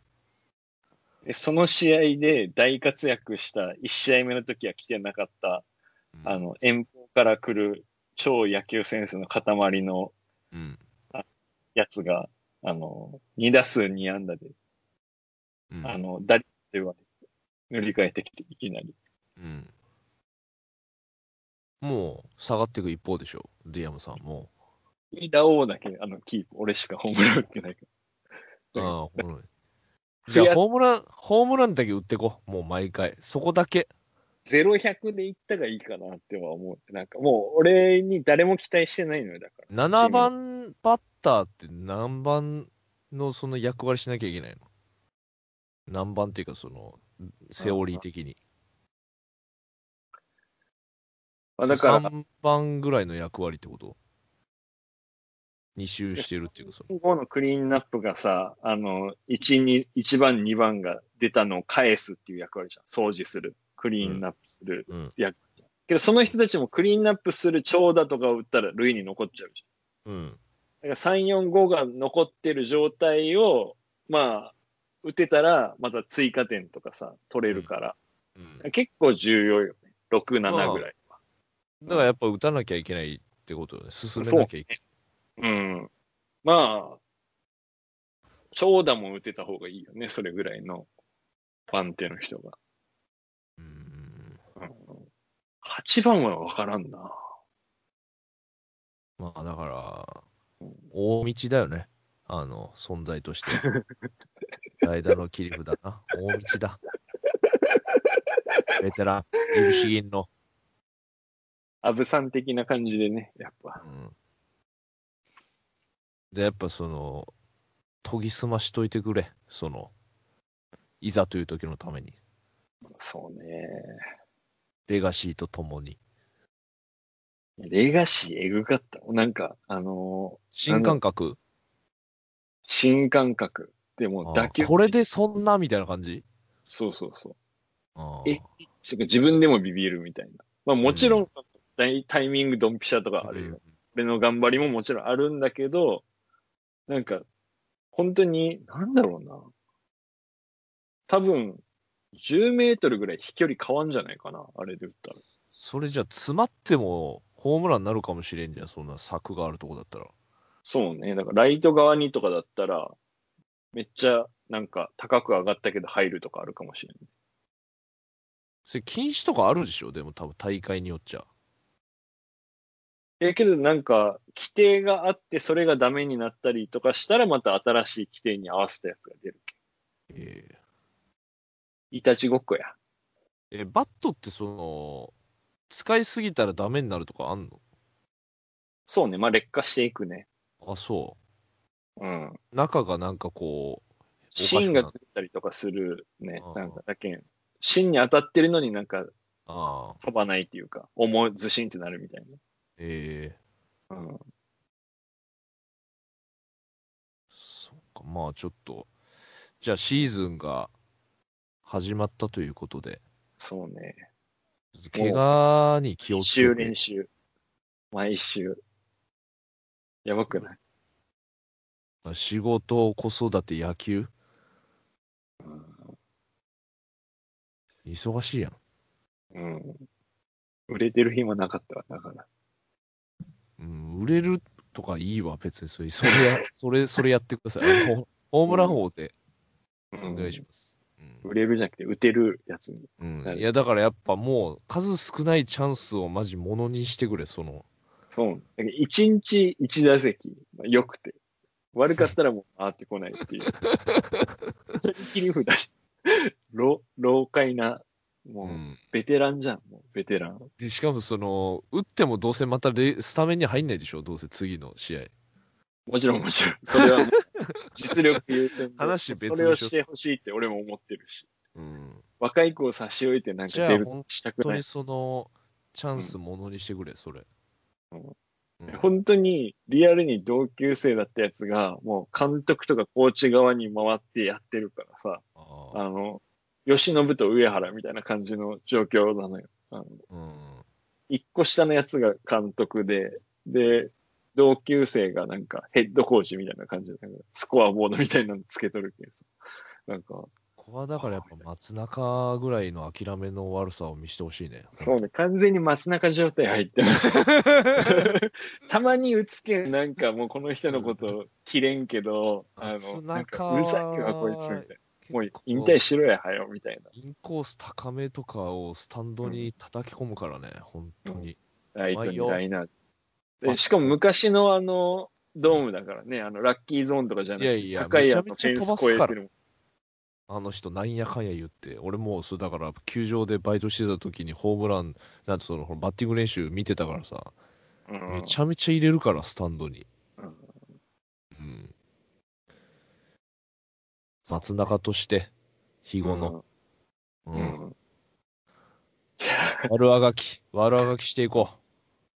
Speaker 2: でその試合で大活躍した1試合目の時は来てなかった、
Speaker 1: うん
Speaker 2: あ、の、遠方から来る超野球センスの塊の
Speaker 1: うん。
Speaker 2: やつが、あの、2打数2安打で、
Speaker 1: うん
Speaker 2: あの、打率と言われて、塗り替えてきて、いきなり。
Speaker 1: うんもう下がっていく一方でしょ、ディアムさんも。
Speaker 2: 飯田王だけ、あの、キープ、俺しかホームラン打ってないか
Speaker 1: あ
Speaker 2: うん
Speaker 1: あ、ほ んまに
Speaker 2: ら。
Speaker 1: じゃあ、
Speaker 2: 増や
Speaker 1: ホームラン、ホームランだけ打ってこう。もう毎回。そこだけ。
Speaker 2: ゼロ100でいったらいいかなっては思う。なんかもう、俺に誰も期待してないのよ、だから。
Speaker 1: 7番バッターって何番のその役割しなきゃいけないの何番っていうか、その、セオリー的に。
Speaker 2: まあ、だから、
Speaker 1: 3番ぐらいの役割ってこと二周してるっていうか、その。
Speaker 2: 今後のクリーンナップがさ、あの、1、2、1番、2番が出たのを返すっていう役割じゃん。掃除する。クリーンナップする。
Speaker 1: うん。
Speaker 2: けど、その人たちもクリーンナップする長打とかを打ったら、塁に残っちゃうじゃん。
Speaker 1: うん。
Speaker 2: だから3、4、5が残ってる状態を、まあ、打てたら、また追加点とかさ、取れるから、
Speaker 1: うん
Speaker 2: 結構重要よね。6、7ぐらいは。
Speaker 1: だからやっぱ打たなきゃいけないってことだね。進めなきゃいけない。
Speaker 2: うん。まあ、長打も打てた方がいいよね、それぐらいの番手の人が。
Speaker 1: うん
Speaker 2: うん、8番はわからんな。
Speaker 1: まあだから、大道だよね。あの、存在として。代打の切り札な。大道だ。ベテラン、イブシギンの。
Speaker 2: アブさん的な感じでね、やっぱ。
Speaker 1: うんで、やっぱその、研ぎ澄ましといてくれ。その、いざという時のために。
Speaker 2: そうね。
Speaker 1: レガシーとともに。
Speaker 2: レガシーえぐかった。なんか、あのー
Speaker 1: 新感覚。
Speaker 2: 新感覚。でも
Speaker 1: あ
Speaker 2: 打球。
Speaker 1: これでそんなみたいな感じ
Speaker 2: そうそうそう。
Speaker 1: あ
Speaker 2: えちょっと自分でもビビるみたいな。まあもちろ、
Speaker 1: うん
Speaker 2: タイタイミングドンピシャとかあるよ。俺の頑張りももちろんあるんだけど、なんか、本当に、なんだろうな。多分、10メートルぐらい飛距離変わんじゃないかな。あれで打ったら。
Speaker 1: それじゃあ詰まってもホームランになるかもしれんじゃんそんな柵があるとこだったら
Speaker 2: そうね。だからライト側にとかだったら、めっちゃ、なんか、高く上がったけど入るとかあるかもしれない。
Speaker 1: それ禁止とかあるでしょでも多分大会によっちゃ
Speaker 2: え、けどなんか、規定があって、それがダメになったりとかしたら、また新しい規定に合わせたやつが出る。
Speaker 1: えー
Speaker 2: いたちごっこや。
Speaker 1: えバットってその使いすぎたらダメになるとかあんの
Speaker 2: そうね。まあ、劣化していくね。
Speaker 1: あそ
Speaker 2: うん。
Speaker 1: う中がなんかこおかしくなる
Speaker 2: 芯がついたりとかするね
Speaker 1: あ。あ
Speaker 2: なんか、だけん芯に当たってるのになんか、
Speaker 1: うああ
Speaker 2: 飛ばないっていうか、重い、ずしんってなるみたい
Speaker 1: ええ
Speaker 2: な。うん。
Speaker 1: そっかまあちょっとじゃあシーズンが始まったということで
Speaker 2: そうね。
Speaker 1: ちょっと怪我に気を
Speaker 2: 一
Speaker 1: つ
Speaker 2: 週
Speaker 1: けて
Speaker 2: 練習。毎週。やばくない、
Speaker 1: 仕事子育て野球忙しいやん
Speaker 2: うん、うん。売れてる暇なかったわ、だから。
Speaker 1: うん、売れるとかいいわ、別にそれ、 それや、それ、それやってください。あのホホームラン王で
Speaker 2: う
Speaker 1: お
Speaker 2: ん
Speaker 1: 願いします。うん
Speaker 2: 売れるじゃなくて、打てるやつに。
Speaker 1: うん
Speaker 2: はい
Speaker 1: いや、だからやっぱもう、数少ないチャンスをマジものにしてくれ、その、
Speaker 2: そう。だけど一日一打席、まあ、良くて。悪かったらもう回ってこないっていう。それ切り札し、老、老快な、も
Speaker 1: う
Speaker 2: う、
Speaker 1: ん
Speaker 2: ベテランじゃん、もう、ベテラン。
Speaker 1: で、しかもその、打ってもどうせまたレスタメンに入んないでしょ、どうせ次の試合。
Speaker 2: もちろん、もちろん。それは もう、実力優先で。
Speaker 1: 話別でしょ
Speaker 2: それをしてほしいって俺も思ってるし。
Speaker 1: うん。
Speaker 2: 若い子を差し置いてなんか
Speaker 1: じゃあ
Speaker 2: 出る
Speaker 1: 本
Speaker 2: したく
Speaker 1: 本当
Speaker 2: ない
Speaker 1: に。その、チャンスものにしてくれ、それ。
Speaker 2: うん
Speaker 1: うん
Speaker 2: 本当にリアルに同級生だったやつが、もう監督とかコーチ側に回ってやってるからさ、
Speaker 1: ああ
Speaker 2: あの、吉信と上原みたいな感じの状況なのよ。あの
Speaker 1: うん。
Speaker 2: 一個下のやつが監督で、で、同級生がなんかヘッドコーチみたいな感じで、なんかスコアボードみたいなのつけとるけどさ、なんか、
Speaker 1: こはだからやっぱ松中ぐらいの諦めの悪さを見せてほしいね。
Speaker 2: そうね、完全に松中状態入ってます。 たまに打つけん、なんかもうこの人のこと切れんけど、あの、
Speaker 1: 松中は
Speaker 2: なんかうるさいわ、こいつ、みたいな。もう
Speaker 1: 結構
Speaker 2: 引退しろや、はよ、みたい
Speaker 1: インコース高めとかをスタンドに叩き込むからね、本当に。
Speaker 2: な。ライトにライナー。
Speaker 1: いよ
Speaker 2: でしかも昔のあの、ドームだからね、あの、ラッキーゾーンとかじゃないい。
Speaker 1: やいや
Speaker 2: 高いや
Speaker 1: め
Speaker 2: つ、
Speaker 1: ち
Speaker 2: フェ
Speaker 1: ゃめちゃ
Speaker 2: ン
Speaker 1: 飛
Speaker 2: ス
Speaker 1: ばす
Speaker 2: 越
Speaker 1: から
Speaker 2: えてるもん。
Speaker 1: あの人、なんやかんや言って、俺もう、そうだから、球場でバイトしてた時にホームラン、なんてその、ほらバッティング練習見てたからさ、
Speaker 2: うん
Speaker 1: めちゃめちゃ入れるから、スタンドに。
Speaker 2: うん
Speaker 1: うん。松中として、日後の、
Speaker 2: う
Speaker 1: うん
Speaker 2: ん。
Speaker 1: 悪あがき、悪あがきしていこ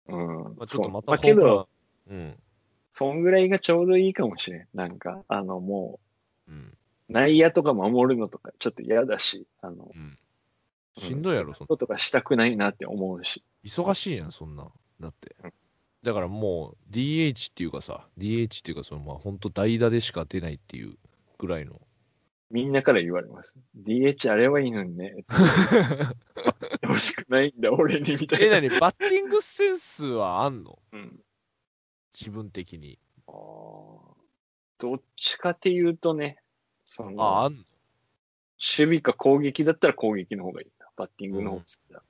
Speaker 2: うん。
Speaker 1: う。まあ、ちょっとまた
Speaker 2: そうだけど、、
Speaker 1: うん。
Speaker 2: そんぐらいがちょうどいいかもしれん。なんか、あの、も
Speaker 1: うん。
Speaker 2: う、内野とか守るのとか、ちょっと嫌だし、あの、
Speaker 1: うん。しんどいやろ、その
Speaker 2: ことかしたくないなって思うし。
Speaker 1: 忙しいやん、そんなん。だって
Speaker 2: うん。
Speaker 1: だからもう DH っていうかさ、DH っていうかそのまあ本当代打でしか出ないっていうぐらいの。
Speaker 2: みんなから言われます。DH あれはいいのに ね。欲しくないんだ、俺に、みた
Speaker 1: え、
Speaker 2: い
Speaker 1: な
Speaker 2: な。
Speaker 1: にバッティングセンスはあんの
Speaker 2: うん、
Speaker 1: 自分的に。
Speaker 2: あーどっちかっていうとね、そ
Speaker 1: あ、
Speaker 2: の、
Speaker 1: あんの
Speaker 2: 守備か攻撃だったら攻撃の方がいいな。バッティングの方が好きだ。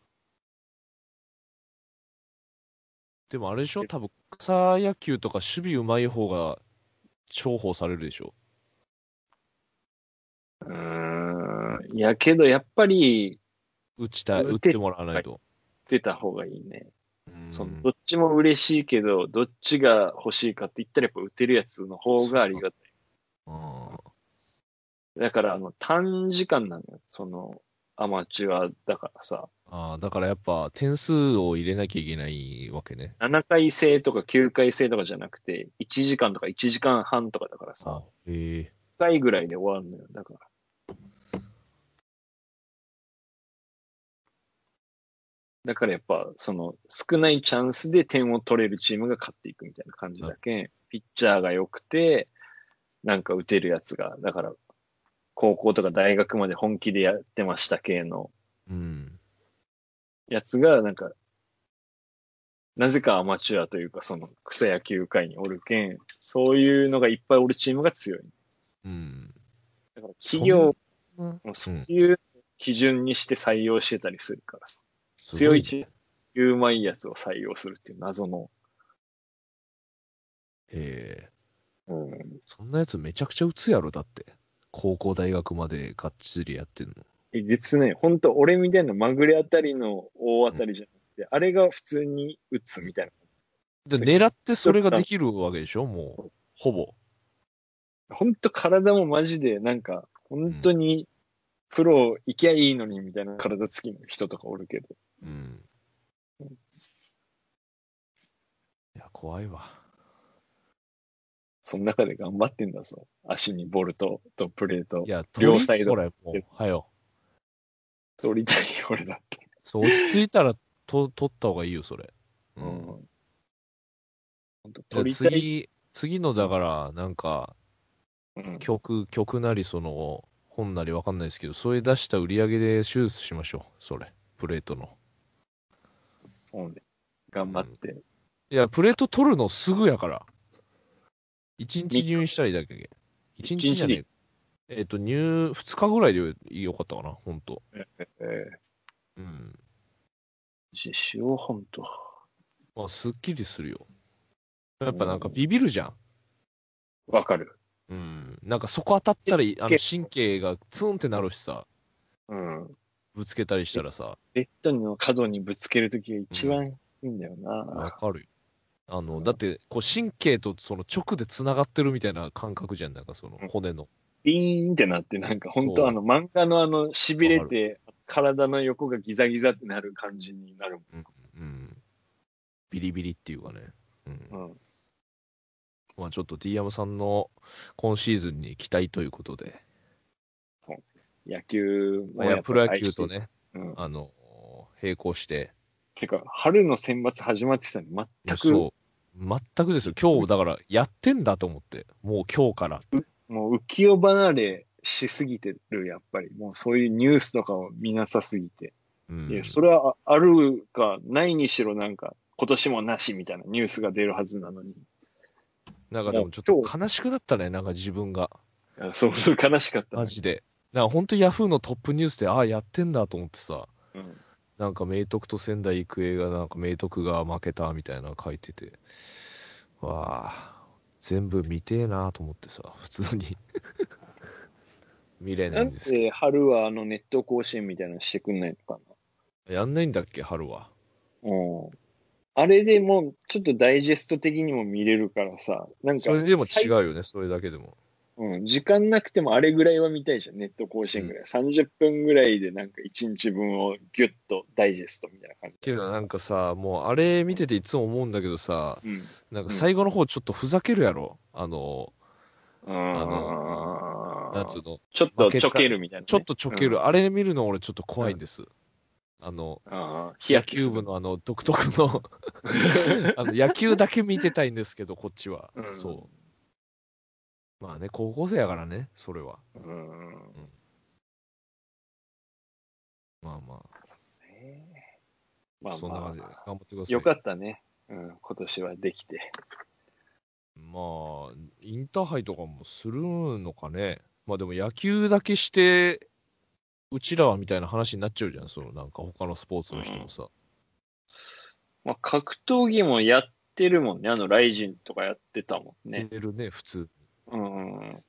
Speaker 1: でもあれでしょ多分草野球とか守備うまい方が重宝されるでしょ
Speaker 2: うーん。いやけど、やっぱり、
Speaker 1: 打ちたい、打
Speaker 2: 打
Speaker 1: っててもらわないと。
Speaker 2: 出た方がいいね。
Speaker 1: うん
Speaker 2: そのどっちも嬉しいけど、どっちが欲しいかって言ったらやっぱ打てるやつの方がありがた
Speaker 1: うん
Speaker 2: い。だから、あの、短時間なのよ。その、アマチュアだからさ、
Speaker 1: ああ、だからやっぱ点数を入れなきゃいけないわけね。
Speaker 2: 7回制とか9回制とかじゃなくて、1時間とか1時間半とかだからさ、
Speaker 1: ええ
Speaker 2: 1回ぐらいで終わるのよ。だから。だからやっぱ、その、少ないチャンスで点を取れるチームが勝っていくみたいな感じだけん、ピッチャーが良くて、なんか打てるやつが、だから、高校とか大学まで本気でやってました系の
Speaker 1: うん。
Speaker 2: やつが、なんか、なぜかアマチュアというか、その草野球界におるけん、そういうのがいっぱいおるチームが強い。
Speaker 1: うん。
Speaker 2: だから企業
Speaker 1: そんな
Speaker 2: もそういう基準にして採用してたりするからさ、強いチーム、いうまいやつを採用するっていう謎の、
Speaker 1: ええ
Speaker 2: うん、
Speaker 1: そんなやつめちゃくちゃ打つやろ、だって。高校、大学までがっちりやってんの。
Speaker 2: えげつね、本当俺みたいなまぐれあたりの大当たりじゃなくて、あれが普通に打つみたいな。
Speaker 1: で、狙ってそれができるわけでしょ、もう。ほぼ。
Speaker 2: 本当体もマジで、なんか、本当に、プロ行きゃいいのにみたいな体つきの人とかおるけど。
Speaker 1: うん。いや、怖いわ。
Speaker 2: その中で頑張ってんだぞ。足にボルトとプレート
Speaker 1: い。や、
Speaker 2: 両サイド
Speaker 1: 取りそれ、もう。はよ。
Speaker 2: 取りたいよ俺だって。
Speaker 1: そう、落ち着いたら、と、取った方がいいよ、それ。
Speaker 2: うん。
Speaker 1: い
Speaker 2: 本当
Speaker 1: や
Speaker 2: 取りたい。
Speaker 1: 次、次の、だから、なんか、
Speaker 2: うん
Speaker 1: 曲、曲なり、その、本なりわかんないですけど、それ出した売り上げで手術しましょう、それ。プレートの。
Speaker 2: そうね頑張って。
Speaker 1: いや、プレート取るのすぐやから。一日入院したりだけで。一日じゃねえ。えっ、と、入、二日ぐらいでよかったかな、ほんと。
Speaker 2: えー
Speaker 1: うん。
Speaker 2: 自主を本当。
Speaker 1: まあ、すっきりするよ。やっぱなんかビビるじゃん。
Speaker 2: わかる。
Speaker 1: うん。なんかそこ当たったら、あの神経がツンってなるしさ、
Speaker 2: うん。
Speaker 1: ぶつけたりしたらさ、
Speaker 2: ベッドの角にぶつけるときが一番いいんだよ
Speaker 1: わ
Speaker 2: な。
Speaker 1: かるよ。あの、だって、こう神経とその直で繋がってるみたいな感覚じゃん、なんかその骨の。
Speaker 2: ビーンってなって、なんか本
Speaker 1: そう
Speaker 2: 当あの漫画のあの、痺れて、体の横がギザギザってなる感じになる
Speaker 1: うん。ビリビリっていうかね。うん
Speaker 2: もん。うん。
Speaker 1: まあちょっと D 山さんの今シーズンに期待ということで、
Speaker 2: 野球
Speaker 1: まあ、プロ野球と。ね、
Speaker 2: うん。
Speaker 1: あの、並行して、
Speaker 2: てか、春の選抜始まってたのに
Speaker 1: い
Speaker 2: 全
Speaker 1: や
Speaker 2: く、
Speaker 1: そう、全くですよ。今日、だから、やってんだと思って、もう今日から。
Speaker 2: もう浮世離れしすぎてる、やっぱり。もうそういうニュースとかを見なさすぎて。
Speaker 1: うん
Speaker 2: いや、それはああるか、ないにしろなんか、今年もなしみたいなニュースが出るはずなのに。
Speaker 1: なんかでもちょっと悲しくなったね、なんか自分が。
Speaker 2: あそうそう、悲しかった
Speaker 1: マ。ジで。なんか本当ヤフーのトップニュースで、ああ、やってんだと思ってさ、
Speaker 2: うん
Speaker 1: なんか明徳と仙台育英が、なんか明徳が負けたみたいなの書いてて、わあ、全部見てえなと思ってさ、普通に。 見れな
Speaker 2: ないん
Speaker 1: んですけ
Speaker 2: で春はあのネット甲子園みたいなのしてくんないのか
Speaker 1: ど。やんないんだっけ、春は。
Speaker 2: な。うん。あれでもう、ちょっとダイジェスト的にも見れるからさ、なんか、
Speaker 1: それでも
Speaker 2: 最
Speaker 1: 違うよね、それだけでも。
Speaker 2: うん、時間なくてもあれぐらいは見たいじゃん、ネット甲子園ぐらい。30分ぐらいでなんか1日分をギュッとダイジェストみたいな感じ。
Speaker 1: けどなんかさ、もうあれ見てていつも思うんだけどさ、
Speaker 2: うん。
Speaker 1: なんか最後の方ちょっとふざけるやろ。あの、
Speaker 2: あ
Speaker 1: なん
Speaker 2: の
Speaker 1: つうの、
Speaker 2: ちょっとちょけるみたいなね、
Speaker 1: ちょっとちょける。
Speaker 2: うん
Speaker 1: あれ見るの俺ちょっと怖いんです。あの、
Speaker 2: あー
Speaker 1: 野球部。のあの独特 のあの野球だけ見てたいんですけどこっちは、
Speaker 2: うん
Speaker 1: そうまあね高校生やからねそれは
Speaker 2: 日焼けするうん
Speaker 1: まあまあ、
Speaker 2: ねえまあ
Speaker 1: そんな
Speaker 2: ま
Speaker 1: 感じで
Speaker 2: あ、
Speaker 1: 頑張ってください
Speaker 2: よかったね。うん、今年はできて。
Speaker 1: まあインターハイとかもするのかねまあでも野球だけしてうちらはみたいな話になっちゃうじゃんそのなんか他のスポーツの人もさ、
Speaker 2: まあ、格闘技もやってるもんね。あの、ライジンとかやってたもん
Speaker 1: やっ
Speaker 2: ね。
Speaker 1: てるね普通
Speaker 2: うん。